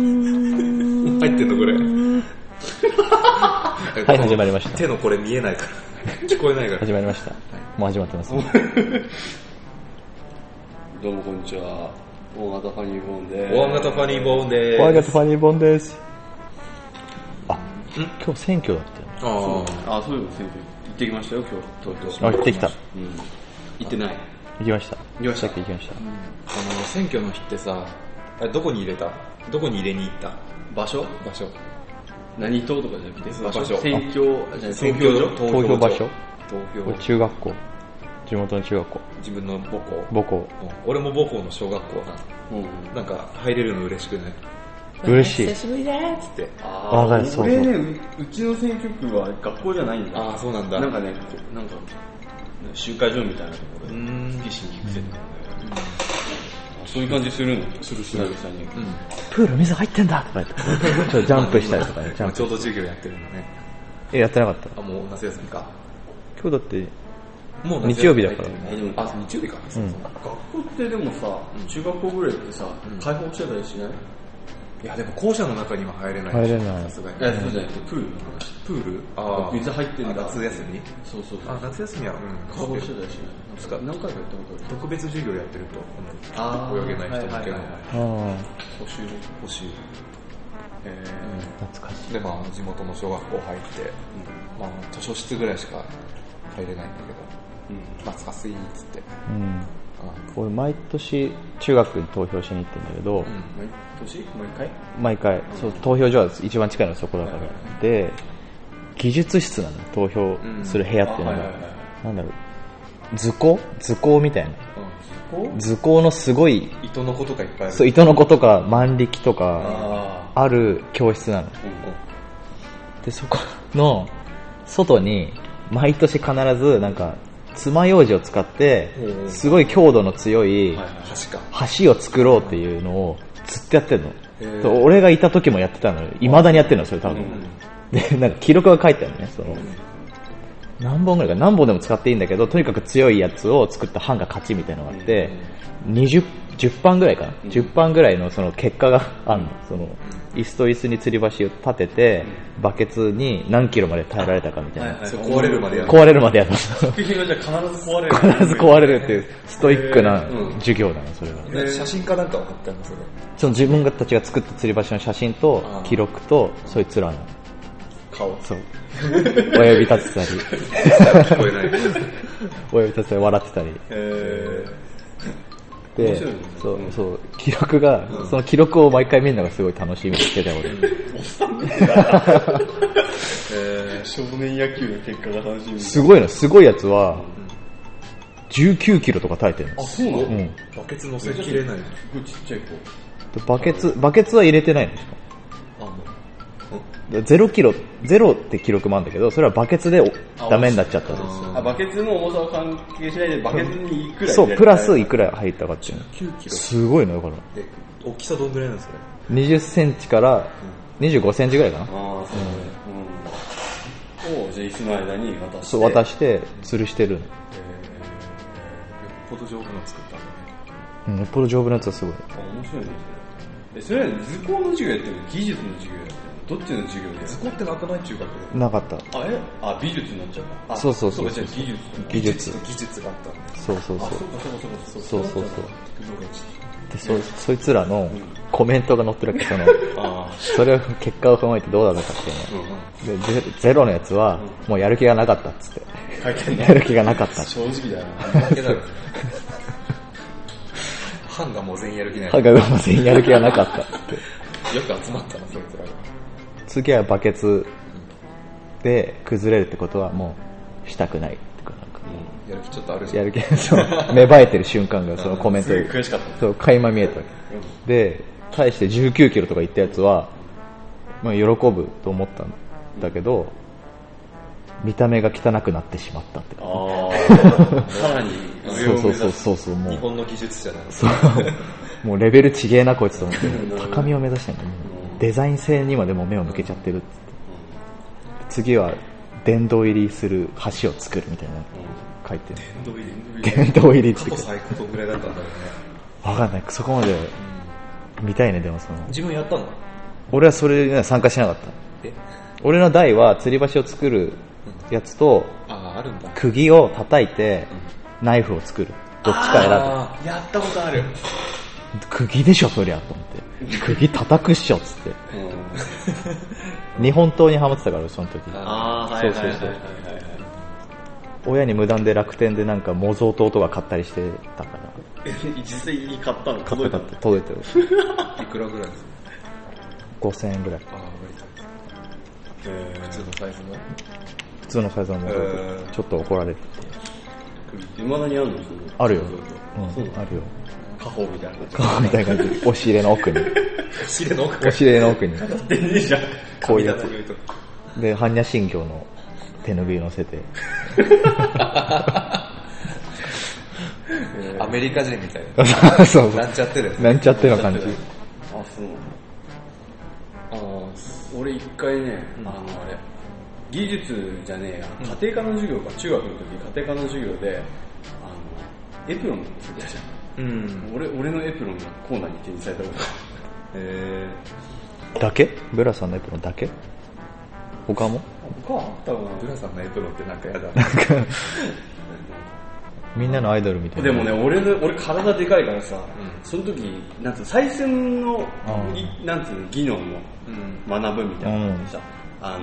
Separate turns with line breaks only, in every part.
入ってんのこれ。
はい、始まり ました。
手のこれ見えないから。聞こえないから
始。まりました。もう始まってます。
どうもこんにちは。大型ファニーボーン で。
大型ファニーボーンで
ワイガ
ー
ッ
す。
トファニーボンです。あ、今日選挙だったよね。
あ
あ、そういうの先生。行ってきましたよ、今日、東京。
あ、行ってきた。
うん。行ってない。
行きました。
きました
さっき行きました。
あの、選挙の日ってさ、あれどこに入れたどこに入れに行った
場所
場所。
何党とかじゃなくて、
場所
選挙、あじゃあ
投票所
投票場所
投
こ
票。
れ中学校。地元の中学校。
自分の母校。
母校。
うん俺も母校の小学校な
うん。
のなんか、入れるの嬉しくない
嬉しい。
しぶりだーっつって。
あ
わかるそうそう
俺ねう、うちの選挙区は学校じゃないんだ。
ああ、そうなんだ。
なんかね、こうなんか、なんか集会所みたいなところ
うー
で、
ん。
議士に行くせんだよね。あそういう感じするのするする。久々に。
プール水入ってんだとか言って。ちょっとジャンプしたりとかね、ジャ
まあ
ン
ちょ
プ。
うど授業やってるんだね。
え、やってなかった。
あ、もう夏休みか。
今日だって、
もう
日曜日だから
大丈夫
あ、日曜日か。そうそう
学校ってでもさ、中学校ぐらいってさ、開放してたりしない
いや、でも校舎の中には入れない
入
でしょ
れない
さすがに
い。や、そうじゃなくて、プールの話。
プールあー
水入ってんだ
あ夏休み
そうそうそ
あ
う。、
夏休みは、うん。
加工してたりしないなんか何回かやったことある。
特別授業やってると、
あー
泳げない人向けの
はいはいは
あ
い
あ、
補修
補習。
え
懐かし
で、まあ、地元の小学校入って、まあ、図書室ぐらいしか入れないんだ
ー、うん。
けど、懐かしいっつって。
い。うん。
あ
俺、毎年、中学に投票しに行ってんだけど、
うん。
毎年毎回
毎回そう投票所は一番近いのはそこだから、
はいは
で技術室なの投票する部屋っていうのが、
うんあはいはいは
なんだろう図工図工みたいな
こ
図工のすごい
糸の子とかいっぱいある。
そう糸の子とか万力とか
あ
ある教室なの
ー。うん。
でそこの外に毎年必ずなんか爪楊枝を使って
うん
すごい強度の強い
はいはい。
橋か。
橋を作ろうっていうのをずっとやってるの
へー
で俺がいた時もやってたのいまだにやってるのそれ多分、でなんか記録が書いてあるねその何本ぐらいか何本でも使っていいんだけどとにかく強いやつを作った班が勝ちみたいなのがあって20 10班ぐらいかな、10班ぐらいのその結果があるのその椅子と椅子に吊り橋を立ててバケツに何キロまで耐えられたかみたいな、
そう壊れるまでやる。
壊れるまでやる必
作品はじゃあ必ず壊れる。
ず壊れるっていうストイックな
へーうん
授業なのそれが
で写真家なんか分かったの、それ。
その自分たちが作った吊り橋の写真と
あー
記録とそいつらの
顔。
そう親指立てたり
聞こえない。
親指立てたり笑ってたり
え面
で
白いね
そうそう記録が、その記録を毎回見るのがすごい楽しみにしてたよ俺
ー、少年野球の結果が楽しみ。
すごいのすごいやつは19キロとか耐えてるの
あ、そうなの
うんで
バケツ乗せきれない。
すごいちっちゃい子。
バケツバケツは入れてないのしか
あ、
も
もう。
で0キロ0って記録もあるんだけどそれはバケツでおダメになっちゃったんです
あ、バケツの重さは関係しないで、バケツにいくら
そうプラスい
く。
くら入ったかっていうの
9キロ
すごいのよだから
で、大きさどんぐらいなんですかね。
2 0ンチから2 5ンチぐらいかな
ああ、そうだね。うん。を、じゃあ椅子の間に渡して。
そう渡して吊るしてるの
ほど丈夫なの作ったんだね。
うんよっぽど丈夫なやつはすごい
あ面白いねえそれは図工の授業やってるの技術の授業やってるのどっちの授業でやる
図工ってなくない中学で。
なかった
あえあ美術になっちゃうかあ
そうそうそう
かじゃあ技術だ
技術
技術があったんで。
そうそうそう
あそうかそうか
そうそうそ
そうか
う
テクノロジー。
でそそいつらのコメントが載ってるわけ その
あ
それを結果を踏まえてどうだったかっていうのでゼゼロのやつはもうやる気がなかったっつって
書いてんだ
やる気がなか った
正直だよ
だけだろ。ハンがもう全員やる気ない。
歯が全然やる気がなかったっつって
よく集まったな、そいつらが。
次はバケツで崩れるってことはもうしたくないってかなんか
やる気ちょっとあるし。
やる気そう芽生えてる瞬間がそのコメント
す
で
ごい悔しかった
そう垣間見えたわけで対して1 9キロとかいったやつは、まあ、喜ぶと思ったんだけど見た目が汚くなってしまったって感
ああさらに
じ
上
そ
を
う
目
そう
指す
そうそうそうも
日
う
本の技術者なの。
そうもうレベルちげえなこいつと思って高みを目指してんだもうデザイン性にまでも目を向けちゃってるっつって次は殿堂入りする橋を作るみたいなの書いてる
運動入り
殿堂入りっ
過
て
去最高どんぐらいだったんだろうね。
わかんない。そこまで見たいね、でもその。
自分やったの
俺はそれには参加しなかった。
え
俺の代は吊り橋を作るやつと、
ああ、あるんだ。
釘を叩いて、ナイフを作る。どっちか選ぶ。
あ
やったことある。
釘でしょ、そりゃ、と思って。釘叩くっしょ、つって。
うん
日本刀にハマってたから、その時。
ああ、は
そ
いうは
そ
いは
う
いは
そう
いはい。
親に無断で楽天でなんか模造刀とか買ったりしてたから。
え実際に買ったの
買
届
っ
い
た
た
買
の
った。届いてる。
あ、いくらぐらいですか
5000円ぐらい。
ああ、無理だ。
え
普通のサイズの。
普通のサイズの模造
へー
刀。ちょっと怒られてて。
ー、いまだにあるの
あるよ。、
そううん
あるよ。
家宝みたいな感
みたいな感じ。押し入れの奥に。
知れの奥
押し入れの奥に。
じ。でねえじゃん。
こういうや
神棚に置
つ。
いとく
で、般若心経の手拭い乗せて。
アメリカ人みたい
そう
な。なんちゃってだよ
なんちゃっての感じ。
あ、そうなの
ああ、
俺一回ね、あの、あれ、技術じゃねえや、家庭科の授業か、中学の時家庭科の授業で、あの、エプロン作ったじゃ
う
ん。
ん。
俺俺のエプロンがコーナーに展示されたことが
え
だけブラさんのエプロンだけ他も
ー、他は多分、浦さんのエプロンってなんかやだ。
みんなのアイドルみたいな。
でもね、俺の、俺体でかいからさ、
ん
その時、なんつうの最先の
うん、
いなんつうの、技能も
うん。
学ぶみたいな感じでさ、あ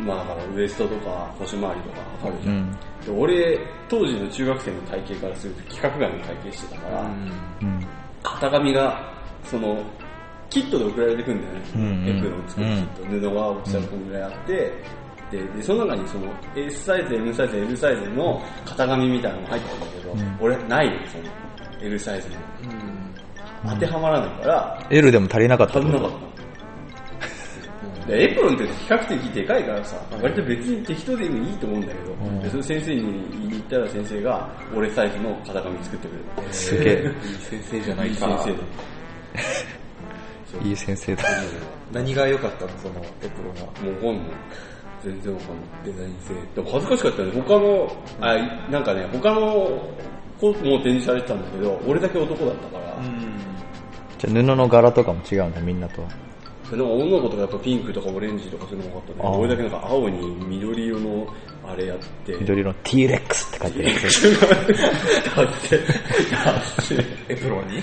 の、まあだからウエストとか腰回りとか測るじ
う
ゃん。
ん。
で俺、当時の中学生の体型からすると規格外の体型してたから、
うん。
型紙が、その、キットで送られてくんだよね。
うんうん
エプロンを作るキット。布が落ちたこんぐらいあって、で、でその中にその S サイズ、M サイズ、L サイズの型紙みたいなのが入ってるんだけど、俺ないの、その L サイズに。
うん。
当てはまらないから、
L でも足りなかった
足
って
ん
こ
な
と
かった。でエプロンって比較的でかいからさ、割と別に適当でもいいと思うんだけど、でその先生に言いに行ったら先生が俺サイズの型紙作ってくれた。
すげ え。
いい先生じゃないい
い
か。
先生だ。
いい先生だ。
何が良かったのそのエプロンは。
もうわかんない。全然わかんない。
デザイン性。
でも恥ずかしかったね。他の、あ、いなんかね、他の子も展示されてたんだけど、俺だけ男だったから、
じゃあ布の柄とかも違うんだ、みんなとは。
それなんか女の子とかやっぱピンクとかオレンジとかそういうのが多かったね
あ。ー
俺だけなんか青に緑色のあれやって、
緑色の T-Rex って書いてるやつ。
だって、だって、
エプロン に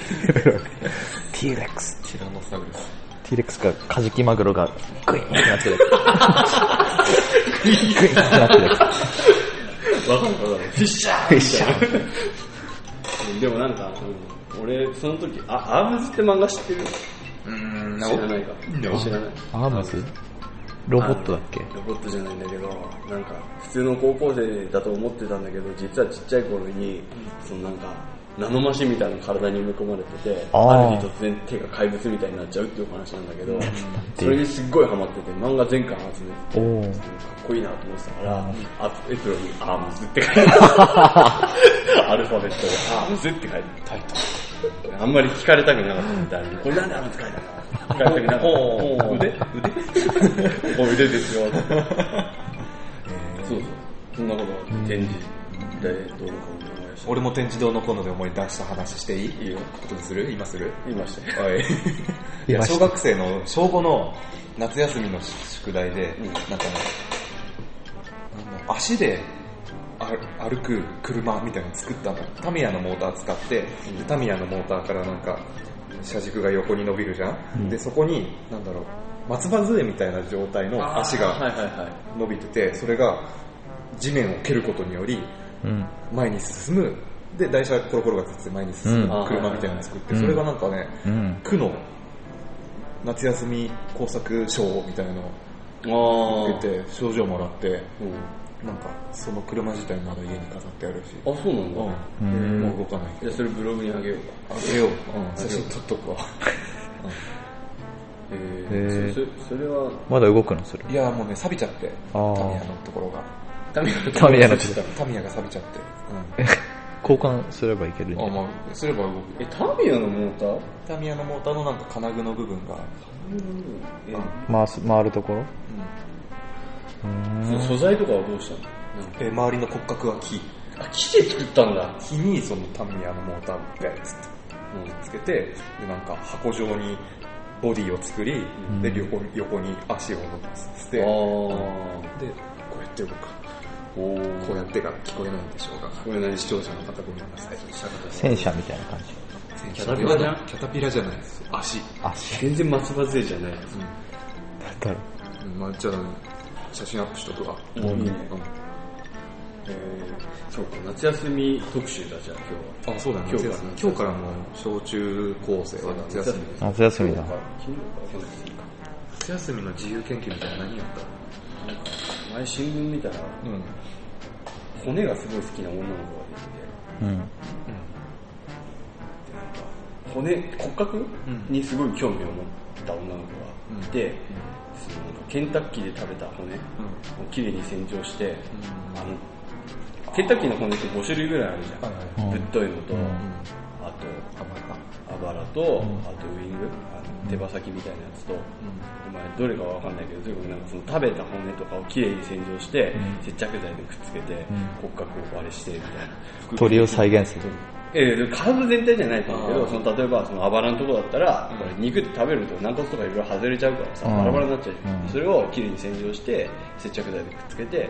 T-Rex。
ティラノサウルス。
T-Rex がカジキマグロがグイーンってなってる。グイーンってなってる。
わかんないわかんない。フィッシャー
フィッシャー
でもなんか、うん俺、その時、あ、アームズって漫画知ってる
うん、
知らないか。知らない。
アームズロボットだっけ
ロボットじゃないんだけど、なんか、普通の高校生だと思ってたんだけど、実はちっちゃい頃に、そのなんか、ナノマシンみたいなの体に埋め込まれてて、
あー
ある日突然手が怪物みたいになっちゃうっていうお話なんだけど、それにすっごいハマってて、漫画全巻集めてて、
おお。
かっこいいなと思ってたから、あエプロンにアームズって書いて あるアルファベットでアームズって書いてある。あんまり聞かれたくなかったみたいに、これなんでアームズ書いたの聞かれたくなかった。腕腕お腕 ですよ。そうそう。そんなことがあって展示でどうのこうの思いました。
俺も展示堂の今度で思い出した話していい
いいよ
ことにする今する
言いましたよ。
はい。い
い
や、
ました
小学生の、小5の夏休みの宿題で、
ん
なんかね、なんだ足であ歩く車みたいなの作ったの。タミヤのモーター使って、でタミヤのモーターからなんか、車軸が横に伸びるじゃん、で、そこに、なんだろう、松葉杖みたいな状態の足
はい
が
はいはい。
伸びてて、それが地面を蹴ることにより、
うん。
前に進む、で、台車コロコロがつって前に進
う
む
ん
車みたいなの作って、
うん
それがなんかね、
うん。
区の夏休み工作賞みたいなのを
あ
受けて、賞状もらって、
うん
なんかその車自体まだ家に飾ってあるし、
あ、そうなんだ。
うん、もう動かないけ
じゃ
ど
あ、それブログにあげようか。
あげよう、うん、写真撮っとくわ。
え
へー
ー、そそそれは、
まだ動くのそれ。
いや、もうね、錆びちゃって、
あ
タ
ー
ミヤのところが。
タミヤの
タミヤの
ところ
タミヤが錆びちゃって。
交換すればいけるん
うん。
じ
あ、
ゃない
まあ、すれば動く。
え、タミヤのモーター
タミヤのモーターのなんか金具の部分が、
え
回す、回るところ
その素材とかはどうしたのなんか
え周りの骨格は木。
あ、木で作ったんだ。
木にそのタミヤのモーターみたいなやつって。つけて、で、なんか箱状にボディを作り、
ん
で、横に、横に足を乗せて、で、
あ
こ
ー
うやって動く。
おー
こうやってから聞こえないんでしょうか。
これ何
視聴者の方ごめんなさい。
戦車みたいな感じ。
キ
ャタピラじゃん
キャタピラじゃないです。足。
足。
全然松葉杖じゃないです
だったら、
うんまあ、じゃあ、写真アップしとくわ。
うん
うん
えーそうか夏休み特集だじゃあ
あ、そうだね。
今
今日か
日か
らら、今日からもう小中高生
今
は
日は
夏休みです。
夏休みだ
昨日。か昨日かわかんない
夏休みの自由研究みたいな何やった
なんか前新聞見たら
うん。うん。
骨がすごい好きな女の子が出てて
うん。
骨骨格、
うん
にすごい興味を持った女の子がいて、そのケンタッキーで食べた骨をきれいに洗浄して、あのケンタッキーの骨って5種類ぐらいあるじゃん、
はいはい
ぶっといのと、
うん
あ
あまた。
とあばらと、あとウイングあの手羽先みたいなやつと、お前どれかわかんないけどとにかくなんかその食べた骨とかをきれいに洗浄して、接着剤でくっつけて、骨格をあれしてみたいな
鳥を再現する。
ええ体全体じゃないと思うけ
あ
ど、
ー
その例えばそのあばらのとこだったら、
うん
これ肉って食べると軟骨とかいろいろ外れちゃうからさ、
うん
バラバラになっちゃうじゃん、
うん
それをきれいに洗浄して、接着剤でくっつけて、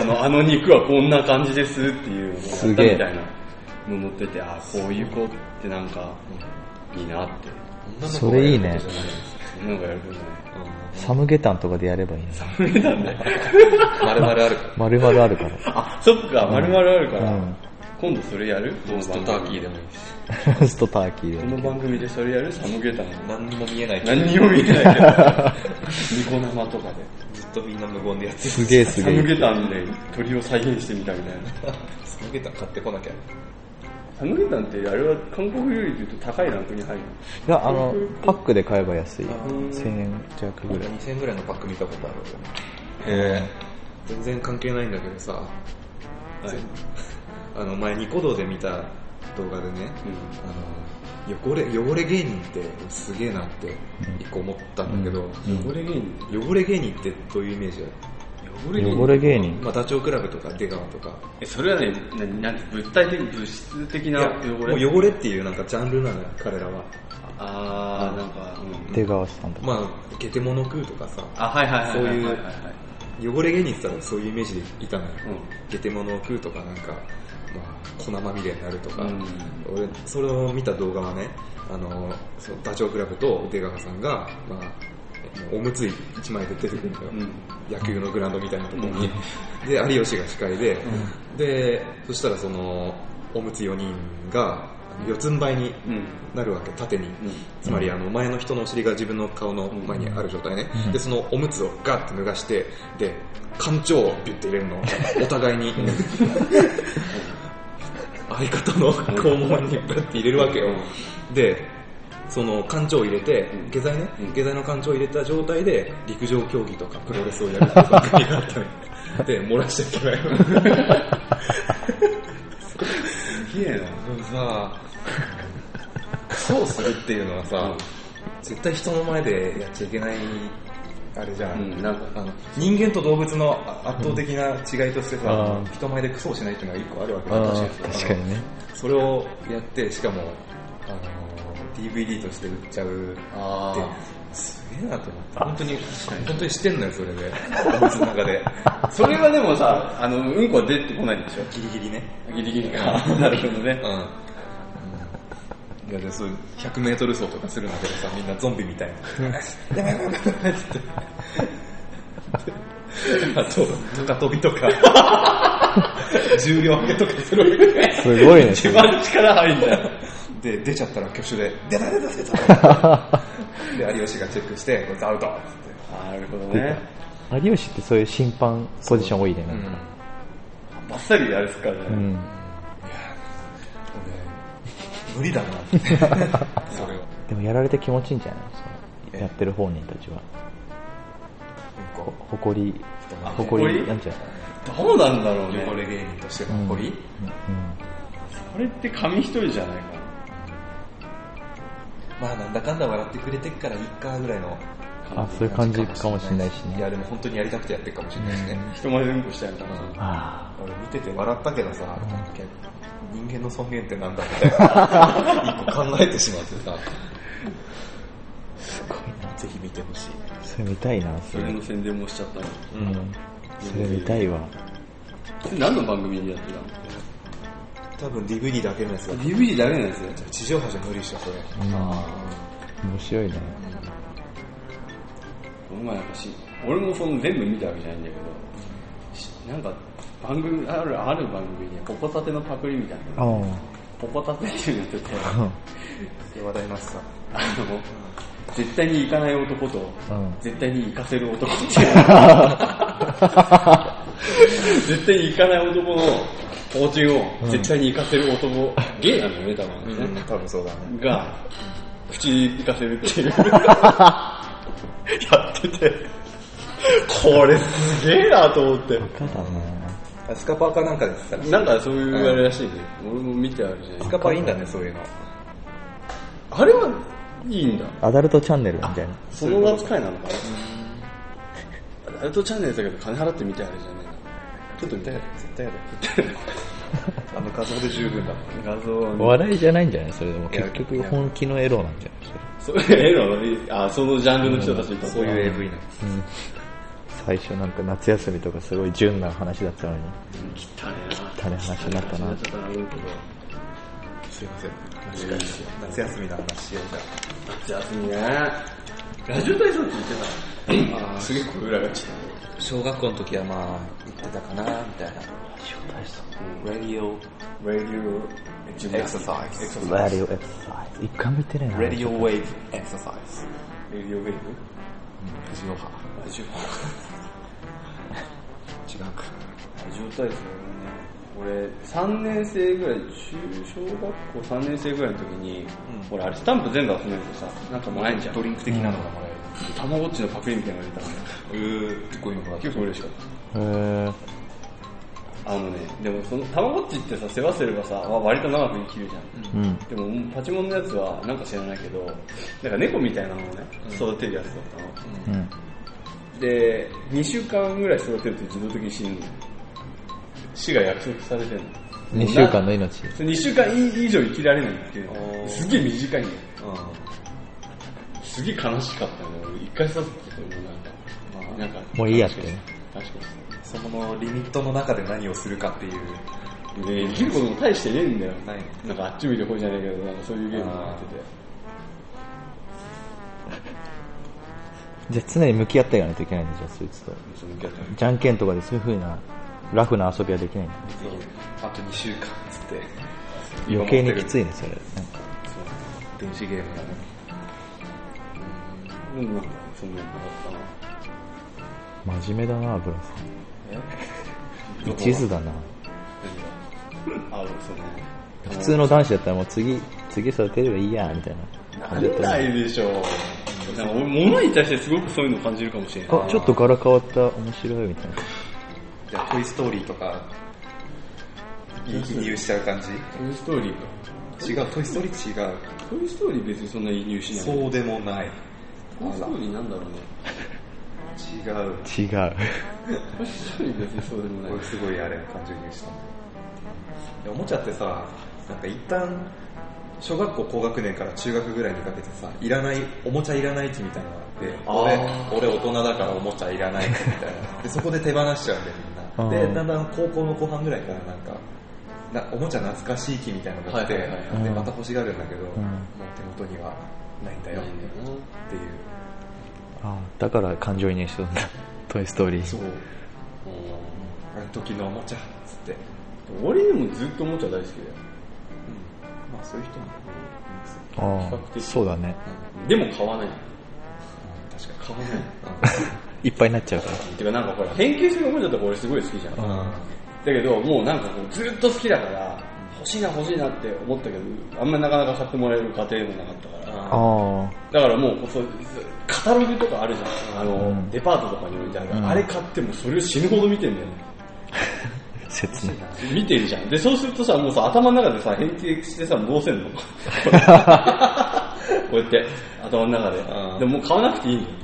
あの、あの肉はこんな感じですっていうのをやった
す
み
げえ
たいなの載ってて、あーこういう子ってなんか、いいなって。
それいいね。
そんなのがやることない。
サムゲタンとかでやればいいの。
まるまるある。
丸々あるから。
あ、そっか、丸々あるから、
うん
今度それやる
ローストターキーでもいいし。
ロストターキー
こ
で。
の番組でそれやるサム ゲタンの
何にも見えないけど
何にも見えないけど、ニコ生とかで。
ずっとみんな無言でやってる。
すげえす
サ
げ
ム
え。
ゲタンで鳥を再現してみたみたいな。
サムゲタン買ってこなきゃ。
サムゲタンってあれは韓国料理で言うと高いランクに入る
いや、あの、パックで買えば安い。1000円弱
俺
ぐらい。
2000円ぐらいのパック見たことある俺へえ。全然関係ないんだけどさ、
の。はい。
あの前ニコ動で見た動画でね、あの汚れ、汚れ芸人ってすげえなって一個思ったんだけど、
汚れ芸人
汚れ芸人ってどういうイメージ
汚
汚れ芸人。
まあダチョウ倶楽部とか出川とか、
え、それはね、ななんて物体的、物質的
い
な
や
汚
も
れ。
う汚れっていうなんかジャンルなのよ、彼らは。
あー、なんか、うん
出川さんとか。
まあ、ゲテモノ食うとかさ、
あ、はいはいはい。
そういう
はいはいはい
汚れ芸人って言ったらそういうイメージでいたのよ。
う
ゲテモノを食うとかなんか、まあ、粉まみれになるとか、
うん
俺、それを見た動画はね、あの、そのダチョウ倶楽部と出川さんが、まあ、おむつ一枚で出てくるんだよ。
ん。うん。
野球のグラウンドみたいなところに、で、有吉が司会で、で、そしたらその、おむつ4人が四つん這いに
うん。
なるわけ、縦に。
うん。
つまりあの前の人のお尻が自分の顔の前にある状態ね、でそのおむつをガッて脱がしてで艦長をビュッて入れ るのお互いに 相方の肛門にブッて入れるわけよでその艦長を入れて
うん
下剤ね
うん
下剤の艦長を入れた状態で陸上競技とかプロレスをやるって いう番組があったのよで漏らしちゃいけない
綺麗な。
でもさ、そうするっていうのはさ、絶対人の前でやっちゃいけない、あれじゃん。
うん、なんか、
あの人間と動物の圧倒的な違いとしてさ、
うん
人前でクソをしないっていうのが一個あるわけ
あ
だ
あ、確か
あの
にね。
それをやって、しかも、あの、DVD として売っちゃうって、
あ
すげえなと思って、本当に、本当にしてんのよ、それで。動物の中で。
ー。それはでもさ、あの、うんこは出てこないんでしょ
ギリギリね。
ギリギリか。なるほどね。
うん。いや、で、そういう100メートル走とかするんだけどさ、みんなゾンビみたいな。やばいやばいやばいっつって。あと、高跳びとか、重量上げとかするわ
すごいね。
一番力入んだよ。
け。で、出ちゃったら挙手で、出た出た出たで、有吉がチェックして、こいつアウトっつって。
あーなるほどね。
有吉ってそういう審判ポジション多いで
うん。
ね。
バッサリやるっすか
う
らね。
ん。
俺、無理だなって。それを。
でもやられて気持ちいいんじゃないそのやってる本人たちは。ほ誇り、
あ
誇
誇
り
り
なんじゃない
どうなんだろうね。
汚れ芸人としての誇り、
これって紙一重じゃないかな。
まあなんだかんだ笑ってくれてっからいっかぐらいの
かな
あ、そういう感じかもしれないし
いや、
ね。
でも本当にやりたくてやってるかもしれないですね。
一混ぜうんこしたいな感じ。
あ
俺見てて笑ったけどさ、結構人間の尊厳ってなんだ みたいな、一個考えてしまってさ。すごいな。ぜひ見てほしい。
あ、それ見たいな、そ
そ
れ。
れ
う
の宣伝もしちゃったの。
ん。それ見たいわ。
何の番組でやって
多分 DVD だけのやつ
た
だ
の ?DVD だけなんですよ。
地上波じゃ無理っしょ、それ。
うん。面白いね。
この前なんかし、俺もその全部見たわけじゃないんだけど、しなんか番組、ある、ある番組にポコタテのパクリみたいな
あ
の。
あ。
ポコタテっていうのやってて、
で話題になってさ。
あの、絶対に行かない男と、
うん
絶対に行かせる 男っていう。絶対に行かない男の方針を絶対に行かせる男、ゲイなんだよね、多分ね。
うん、多分そうだね。
が、口行かせるって いう。やってて、これすげえなと思って。
ただね。
あスカパーかなんかですから。
なんかそういうあれらしいね。俺も見てあるじゃない
スカパーいいんだね、そういうの。
あれはいいんだ。
アダルトチャンネルみたいな。
その扱いなのかなアルトチャンネルだけど金払って見てあれじゃねえのちょっと見たい。
絶対やだ。あの画像で十分だ。
画像は
お
ね
笑いじゃないんじゃないそれでも
いや
結局本気のエロなんじゃないそれ
そう いうのあ、そのジャンルの人たちにとって
そう
は
いう AV なの。
最初なんか夏休みとかすごい純な話だったのに、
汚
汚い話になった
いな。
な
っ。たな、思うけど。
すいません。夏休みの話しようじゃ
夏休みね。ラジオ体操って言ってた。あーすげえこれ裏がちだ。
ん。小学校の時はまあ、行ってたかな、みたいな。Radio
Radio
エクササイズ。
ラディオエクササイズ。一回も見てないな。
Radio Wave Exercise。
Radio Wave?
地上波。
ラジオ。
違うか。
ラジオ体操ね。俺、3年生ぐらい、中小学校3年生ぐらいの時に、
うん
俺あれスタンプ全部集めるとさ、なんかもらえんじゃん
ド。リンク的なのがもらえる。
たまごっちのパクリみたいなのが出たから
うー、結構いいのもらえる。
結構嬉しかっ
へー
た。あのね、でもその、たまごっちってさ、世話すればさ、わ割と長く生きるじゃん。
うん。
でも、パチモンのやつは、なんか知らないけど、なんか猫みたいなのをね、育てるやつだったの。
うん。
で、2週間ぐらい育てると自動的に死ぬの。死が約束されてるの。
2週間の命。
それ2週間以上生きられないっていう
あー
すげえ短いのよ。
うん。
すげえ悲しかったのよ。俺一回育ててもうなんか、まあ、なんか、
もういいやって
確か
そのリミットの中で何をするかっていう。
に。で、生きることも大してねえんだよ。
ないの
なんかあっち向いてこいじゃねえけど、なんかそういうゲームになってて。
じゃあ常に向き合っていかないといけないんだ、じゃあそいつと。
そのギャッ
じゃんけんとかでそういう風な、ラフな遊びはできないんだ。
あと2週間っつって。
余計にきついね、それ。なんか
電子ゲームがね。
プ。うん、なんか、そんなのだったな。
真面目だな、ブラさ
え
ん。一途だな。
何がある、その、
普通の男子だったらもう次、次育てればいいや、みたいな
な
感じだ
ん
った
な
ね。
いでしょう。なんか俺、物に対してすごくそういうのを感じるかもしれない。
あ、ちょっと柄変わった、面白い、みたいな。
じゃあ、トイストーリーとか、いい記入しちゃう感じ
トイ・ストーリーか。
違う、トイストーリー違う。
トイ・ストーリー別にそんな移入しない。トイ・
そうでもない。
ストーリーなんだろうね。
違う。
違う。
トイ・ストーリー別にそうでもない
これ。すごいあれ、感情移入したで。おもちゃってさ、なんか一旦、小学校高学年から中学ぐらいにかけてさ、いらない、おもちゃいらない期みたいなのがあっ
あ
て、俺、俺大人だからおもちゃいらないみたいな。で、そこで手放しちゃうんだよ、みんな。
う
で、
ん
だんだん高校の後半ぐらいからなんか、なおもちゃ懐かしい期みたいなのが来て、
はいはいはいはい
で、また欲しがるんだけど、
ん
もう手元にはないんだよ、
な
っ
いんだよな。
ていう。
あだから感情移入してたんだ。 トイストーリー。
そう。
う
あの時のおもちゃ、つって。
ん俺でもずっとおもちゃ大好きだよ。
うん。まあ、そういう人もいますよ
あ
較的
そうだね。
でも買わない。
確かに。
買わない。
いっぱいになっちゃうから。
てかなんかほら、変形するおもちゃとか俺すごい好きじゃん。だけど、もうなんかこう、ずっと好きだから、欲しいな欲しいなって思ったけど、あんまりなかなか買ってもらえる家庭もなかったから。
あ
あ
だからもうそう、カタログとかあるじゃん。あの、
うん
デパートとかに置いてある、
うん
あれ買ってもそれを死ぬほど見てんだよね。
あ、切ない。
見てるじゃん。で、そうするとさ、もうさ、頭の中でさ、変形してさ、どうせんのこ うやって、頭の中で。
ん
でももう買わなくていいんだよ。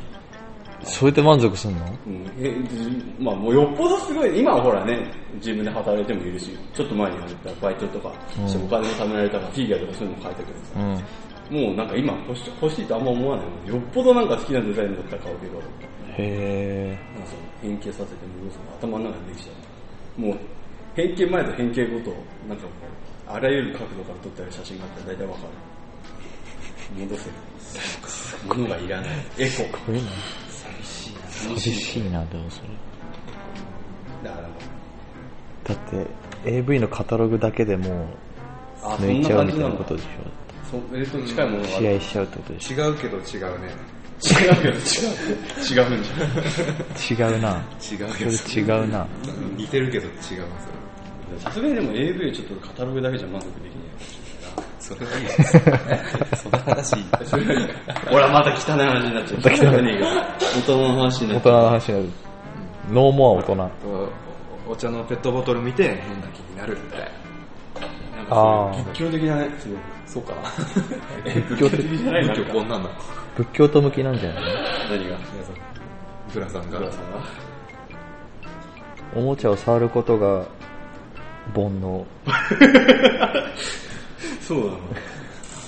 それで満足すんの
うんえじまあ、もうよっぽどすごい、今はほらね、自分で働いてもいるし、ちょっと前に始めたバイトとか、してお金の貯められたからフィギュアとかそういうの買えたけどさ、
うん。
もうなんか今欲し欲しいとあんま思わないのよっぽどなんか好きなデザインだったら買うけど、
へ
なんかその変形させてもどうするの頭の中にできちゃう。もう変形前と変形後と、なんかこう、あらゆる角度から撮ってある写真があったら大体わかる。戻せる。物がいらない。エコ。
え。こういうの
寂
寂しいな、でもそれ。
だからなんか、
だって、AV のカタログだけでもう、
あ、そ
抜
ん
い
な
ちゃう
感
み
じ
たい
な
なこ
の
とでし
そう、えっと近いものが
ょ。
あ
試
る。
合しちゃうってことでし
違うけど違うね。
違うけど違う。違うんじゃない
ょ。違うな。
違うけど。
それ違うな。
似てるけど違うな、
さすがにでも AV ちょっとカタログだけじゃ満足できない。
それ。それはいいですその話いい。
それより ほら、また汚い話になっちゃう。汚いが大人の話にな
大
っち
人
ゃ
の
う。
話になる。ノーモア大人。
おお茶のペットボトル見て変な気になるみたいな。
なん
あ
か
ー
そういう仏教的だね、すごく。
そうかな。
仏教的じゃないな
今日こんなんだ。
仏教徒向きなんじゃない
何が
ブラさんが。
ブラさんが
のおもちゃを触ることが、煩悩。
そうなの。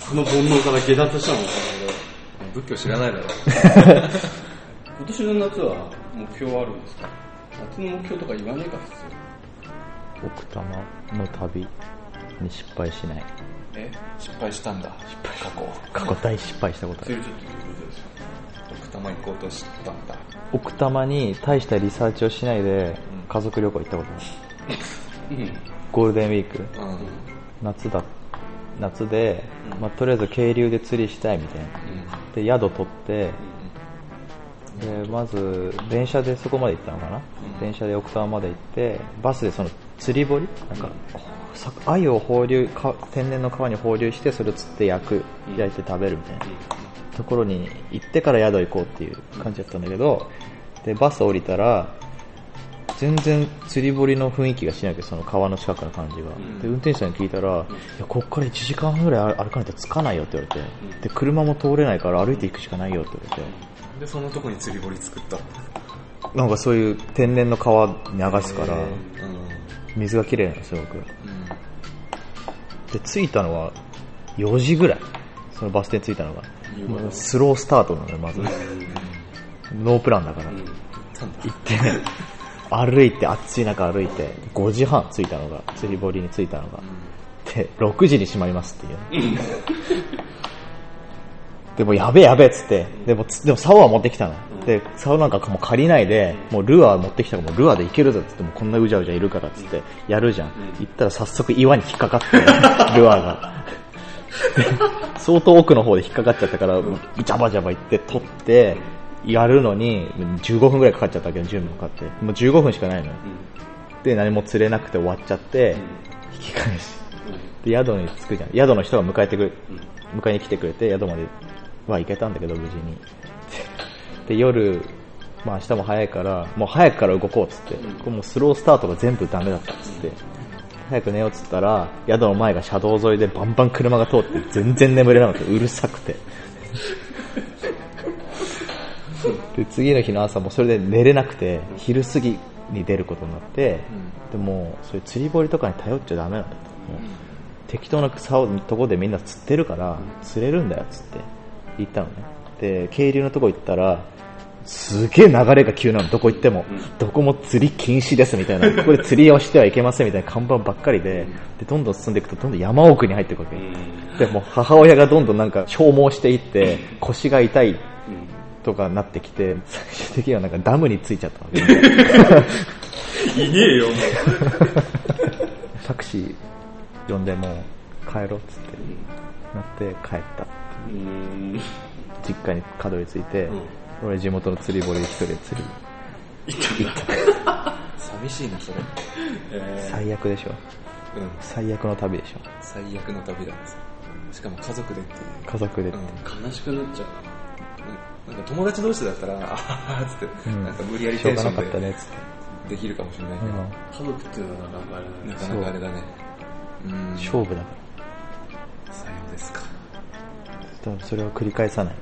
この煩悩から下脱したのか
仏教知らないだろ。
な今年の夏は目標はあるんですか夏の目標とか言わねえか、普通。
奥多摩の旅に失敗しない。
え失敗したんだ。失敗過去。
過去大失敗したことあ
そ
る。
れちょっと言うことですよ。
奥多摩行こうとしたんだ。
奥多摩に大したリサーチをしないで、家族旅行行ったことある。
うん。
ゴールデンウィーク。
うん。
夏だ夏で、まあ、とりあえず渓流で釣りしたいみたいなで宿取ってでまず電車でそこまで行ったのかな、電車で奥多摩まで行ってバスでその釣り堀なんか、さ鮎を放流か天然の川に放流してそれを釣って焼く
うん
焼いて食べるみたいな、ところに行ってから宿行こうっていう感じだったんだけどでバス降りたら全然釣り堀の雰囲気がしないけどその川の近くの感じが、で運転手さんに聞いたら、いやこっから1時間半ぐらい歩かないと着かないよって言われて、で車も通れないから歩いていくしかないよって言われて、
で、そのとこに釣り堀作った。
なんかそういう天然の川に流すから、
うん。
水がきれいなのすごく。で、着いたのは4時ぐらい。そのバス停着いたのが。もうスロースタートなのよ、まず。ノープランだから。行って、歩いて、暑い中歩いて、5時半着いたのが、釣り堀に着いたのが。で、6時に閉まりますっていう。でもやべえやべえっつって、でもつ、でも竿は持ってきたの。で、竿なんかもう借りないで、もうルアー持ってきたから、もうルアーでいけるぞっつって、もうこんなうじゃうじゃいるからっつって、やるじゃん。行ったら早速岩に引っかかって、ルアーが。相当奥の方で引っかかっちゃったから、ジャバジャバ行って取って、やるのに、15分くらいかかっちゃったわけど、準備もかかって。もう15分しかないのよ。で、何も釣れなくて終わっちゃって、引き返し。で、宿に着くじゃん。宿の人が迎えてくれ、迎えに来てくれて、宿までは行けたんだけど、無事に。で、夜、まあ明日も早いから、もう早くから動こうっつって、これもうスロースタートが全部ダメだったっつって、早く寝ようっつったら、宿の前が車道沿いでバンバン車が通って全然眠れなくて、うるさくて。で、次の日の朝もそれで寝れなくて、昼過ぎに出ることになって、でもう、そういう釣り堀とかに頼っちゃダメなんだと。もう適当な竿のとこでみんな釣ってるから、釣れるんだよっつって言ったのね。で、渓流のとこ行ったら、すげえ流れが急なの、どこ行っても。どこも釣り禁止ですみたいな、ここで釣りをしてはいけませんみたいな看板ばっかりで、で、どんどん進んでいくと、どんどん山奥に入っていくわけ。で、もう母親がどんどんなんか消耗していって、腰が痛いとかなってきて、最終的にはなんかダムについちゃったわけ。
いねえよ、もう。
タクシー呼んでもう帰ろうっつって、なって帰った。
うーん。
実家にたどり着いて、
ん
俺地元の釣り堀一人で釣り
行ったんだ。
寂しいな、そ れ。
え
最悪でし
う
ょ
ん。
最悪の旅でしょ
最悪の旅だ。しかも家族でっていう。
家族でって、
うん。
ー悲しくなっちゃうな。
なんか友達同士だったら、あははつって、
うん
なんか無理やり
しょ
テ
う
ン
が
シ
なかっ
ョ
た
ン
ねっ
で
つって、
できるかもしれないけ
う
ど、
ん、
家族っていうのはなかなかあれだ
な
ね。
かなかあれだね。うん。
勝負だか
さようですか。
ら多分それを繰り返さない、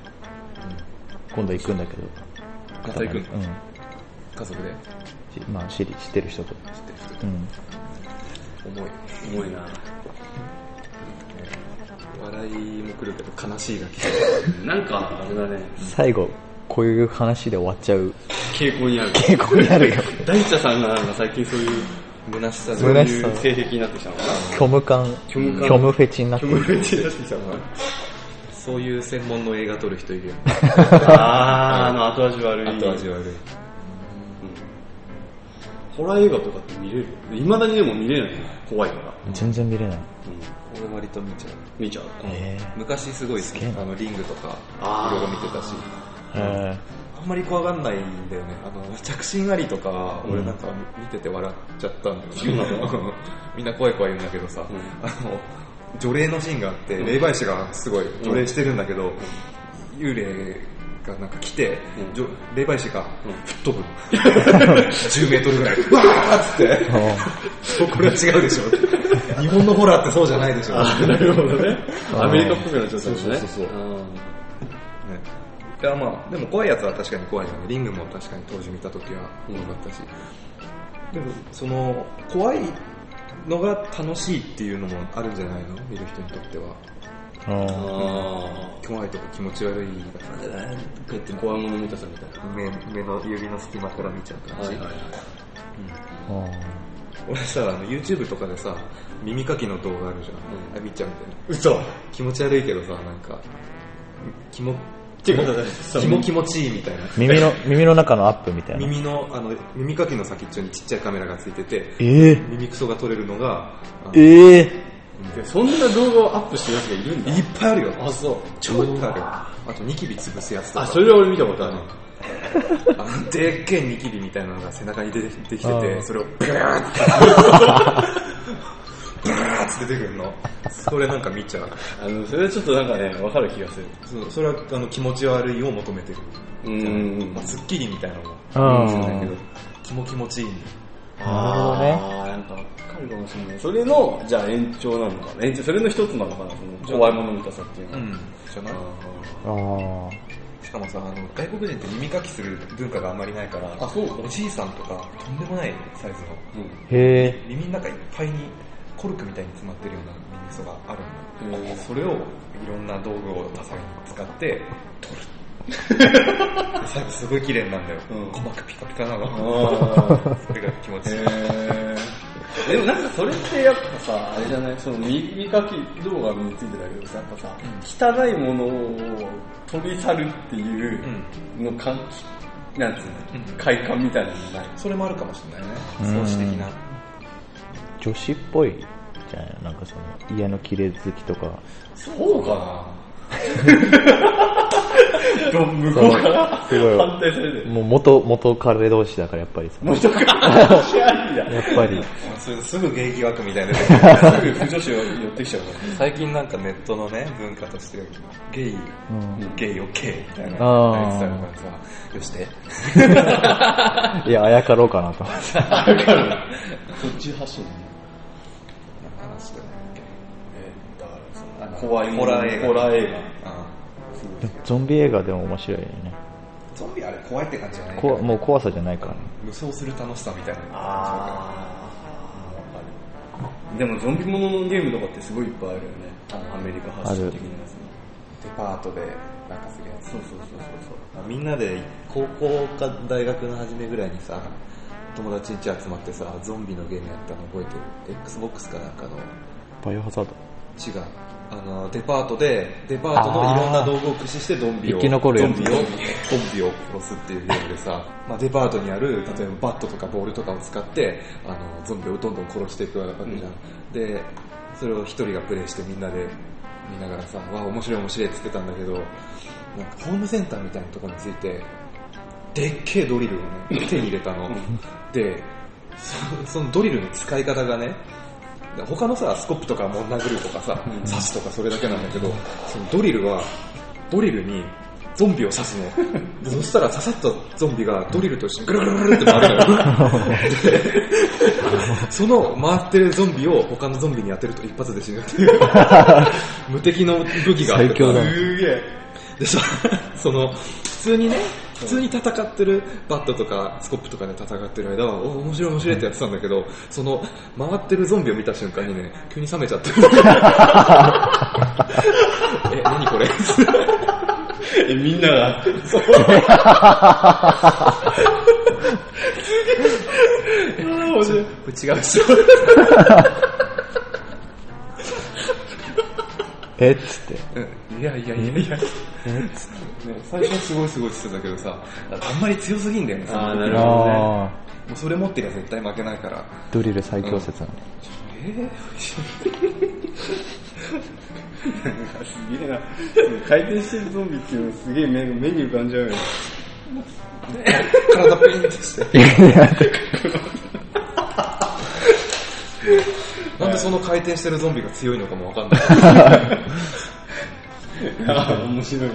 今度行くんだけど
中井くん
うん
家族で
しまあ、知り知ってる人と、
知ってる人
うん、
重い
重い な
笑いも来るけど悲しいが来
なんか、あれだね、
最後こういう話で終わっちゃう
傾向にある。
傾向にあるよ
大茶さんがなんか最近そういう、
虚しさ
虚
で
しさ
そういう性癖になってきたの かな。
虚無感
虚無感
虚無フェチになってる
になってきたなそういう専門の映画撮る人いるよね
あー、あの後味悪い。
後味悪い
ホラー映画とかって見れるいまだにでも見れないよ怖いから。
全然見れない、
俺割と見ちゃう
見ちゃう。
え
昔すごい好き
げえな
あのリングとか
あー
いろいろ見てたし
ーえ
あんまり怖がんないんだよねあの着信ありとか俺なんか見てて笑っちゃったんだよね、 みんな怖い怖い言うんだけどさ、
うん
あの除霊のシーンがあって霊媒師がすごい除霊してるんだけど、幽霊がなんか来て、
うん
除霊媒師が吹っ飛ぶ の10メートルぐらいうわーっつって
ーもう
これは違うでしょ日本のホラーってそうじゃ ないでしょ、ね、
あーなるほどね。
ー
アメリカっぽくなっちゃった
そ
んだね。
うそうそうそ
うん
いやまあでも怖いやつは確かに怖いよねリングも確かに当時見た時は怖かったし、でもその怖いのが楽しいっていうのもあるんじゃないの見る人にとっては
うん
あ
怖いとか気持ち悪い
ー。なんかって怖いもの見たさみたいな。
目目の指の隙間から見ちゃう感じ、
はいはいはい。
俺さあの YouTube とかでさ耳かきの動画あるじゃん、
うん
あれ見ちゃうんだよね
嘘
気持ち悪いけどさなんか気も
ってことだね。
気も気持ちいいみたいな
耳の耳の中のアップみたいな
耳のあの耳かきの先っちょにちっちゃいカメラがついてて
えー、
耳くそが取れるのがあの
ええ
そんな動画をアップしてるやつがいるんだ
いっ。ぱいあるよ。
あ、そう。
超いっぱいあるよ。あとニキビ潰すやつとか。
あ、それは俺見たことある。
あのでっけえニキビみたいなのが背中に出てきて
あ
て、
ー
それをブラーって、ブラーって出てくるの。それなんか見ちゃう。
あの、それはちょっとなんかね、わかる気がする。
そうそれはあの気持ち悪いを求めてる。
うーん
まあ、スッキリみたいなのも。
うん
そうだけど、気も気持ちいいんだよ
なるほどね
あーなんかわかるかもしれない。それの、じゃあ延長なのかな。延長、それの一つなのかな、その、怖いもの見たさっていうのは。
うん。じゃない
ああ
しかもさ、あの、外国人って耳かきする文化があんまりないから、
あそうか
おじいさんとか、とんでもないサイズの
うん。
へえ
耳の中いっぱいにコルクみたいに詰まってるような耳そばがあるんだ、
へー
それをいろんな道具を多彩に使って取 る最後すごい綺麗になるんだよ、
うん
細くピカピカなの
あー
それが気持ちいい、
へーでもなんかそれってやっぱさ、あれじゃないその耳かき動画についてだけどさ、やっぱさ、汚いものを飛び去るっていうの感じ、なんつう
うん
の、快感みたいなのない。
それもあるかもしれないね
うん
掃除的な
女子っぽいじゃないなんかその家の綺麗好きとか
そうかなど向こうから
すごい
反対されて る。
もう元元彼同士だからやっぱりさ
元 から反対ありだ。
やっぱり
それすぐ芸疑惑みたいな出てくる
すぐ不女子寄ってきちゃうから。
最近なんかネットのね文化としてゲイ、
うん
ゲイをゲイみたいな
あー
やつだからさよして
いやあやかろうかなと思って
そっち発信
話してないっけ
えーだからそ
あ
の
の
怖いも
ホ
の
ラー映画
ホラー映
あ
画。すごい
ゾンビ映画でも面白いよね
ーゾンビあれ怖いって感じじゃない
こわもう怖さじゃないからね
無双する楽しさみたいな
ああ、わかる。でもゾンビもののゲームとかってすごいいっぱいあるよね。あのアメリカ発信的なやつね。
デパートでなんかするやつ
そうそうそうそう
みんなで高校か大学の初めぐらいにさ友達ん家集まってさゾンビのゲームやったの覚えてる XBOX かなんかの
バイオハザード
違うあのデパートでデパートのいろんな道具を駆使してゾンビを
生き残る
ゾ
や
ン
つ
ビをゾンビを殺すっていうゲームでさ、まあ、デパートにある例えばバットとかボールとかを使ってあのゾンビをどんどん殺していくわけじゃん、でそれを一人がプレイしてみんなで見ながらさわあ面白い面白いって言ってたんだけどなんかホームセンターみたいなところについてでっけえドリルをね手に入れたのでそそのドリルの使い方がね他のさスコップとかもん殴るとかさ、
ん
刺すとかそれだけなんだけどそのドリルはドリルにゾンビを刺すのでそしたら刺さったゾンビがドリルと一緒にぐるぐるぐるって回るのよでその回ってるゾンビを他のゾンビに当てると一発で死ぬっていう 無敵の武器があってさ
最強だ
そう。すげえ。
でさ、その、普通にね、普通に戦ってるバットとかスコップとかで戦ってる間はお面白い面白いってやってたんだけどその回ってるゾンビを見た瞬間にね急に冷めちゃって え何これ
え、みんなが、そう。すげえ。
これ違う人
えっつっ
う
て。
んいやいやいやいや、ね、最初はすごいすごいって言ってたけどさあんまり強すぎんだよねその
あーなるほど
ああ
もうそれ持ってりゃ絶対負けないから
ドリル最強説なの。
えー、
すげえな。回転してるゾンビっていうのすげえ目目に浮かんじゃ うよ。
体ペインってしてなんでその回転してるゾンビが強いのかもわかんない
ああ、面白いね、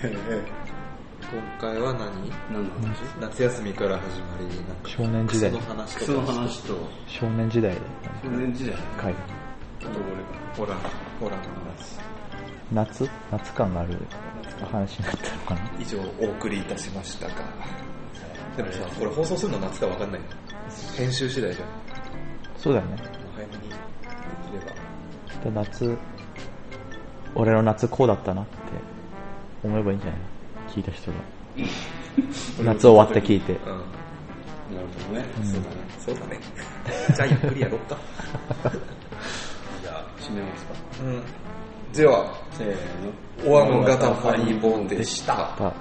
それ。え
今回は何
えなんの話
夏休みから始まりなんか
少年時代
クソの話
クソ
と
の
か
話と、
少年時代で
少年時代
書いた。
あと
ホ
俺が。
ラーホラーの話
夏夏感のある話になったのかな
以上お送りいたしましたかでもさこれ放送するの夏かわかんない編集次第じゃん
そうだよね。
早めにできれば
で夏、俺の夏こうだったなって思えばいいんじゃないの聞いた人が。夏終わって聞いて。
うん
なるほどね。
そうだねそうだね じゃあゆっくりやろうか
じゃあ、締めますか。
うんでは
せーの。
オアンガタファニーボーンでした
あ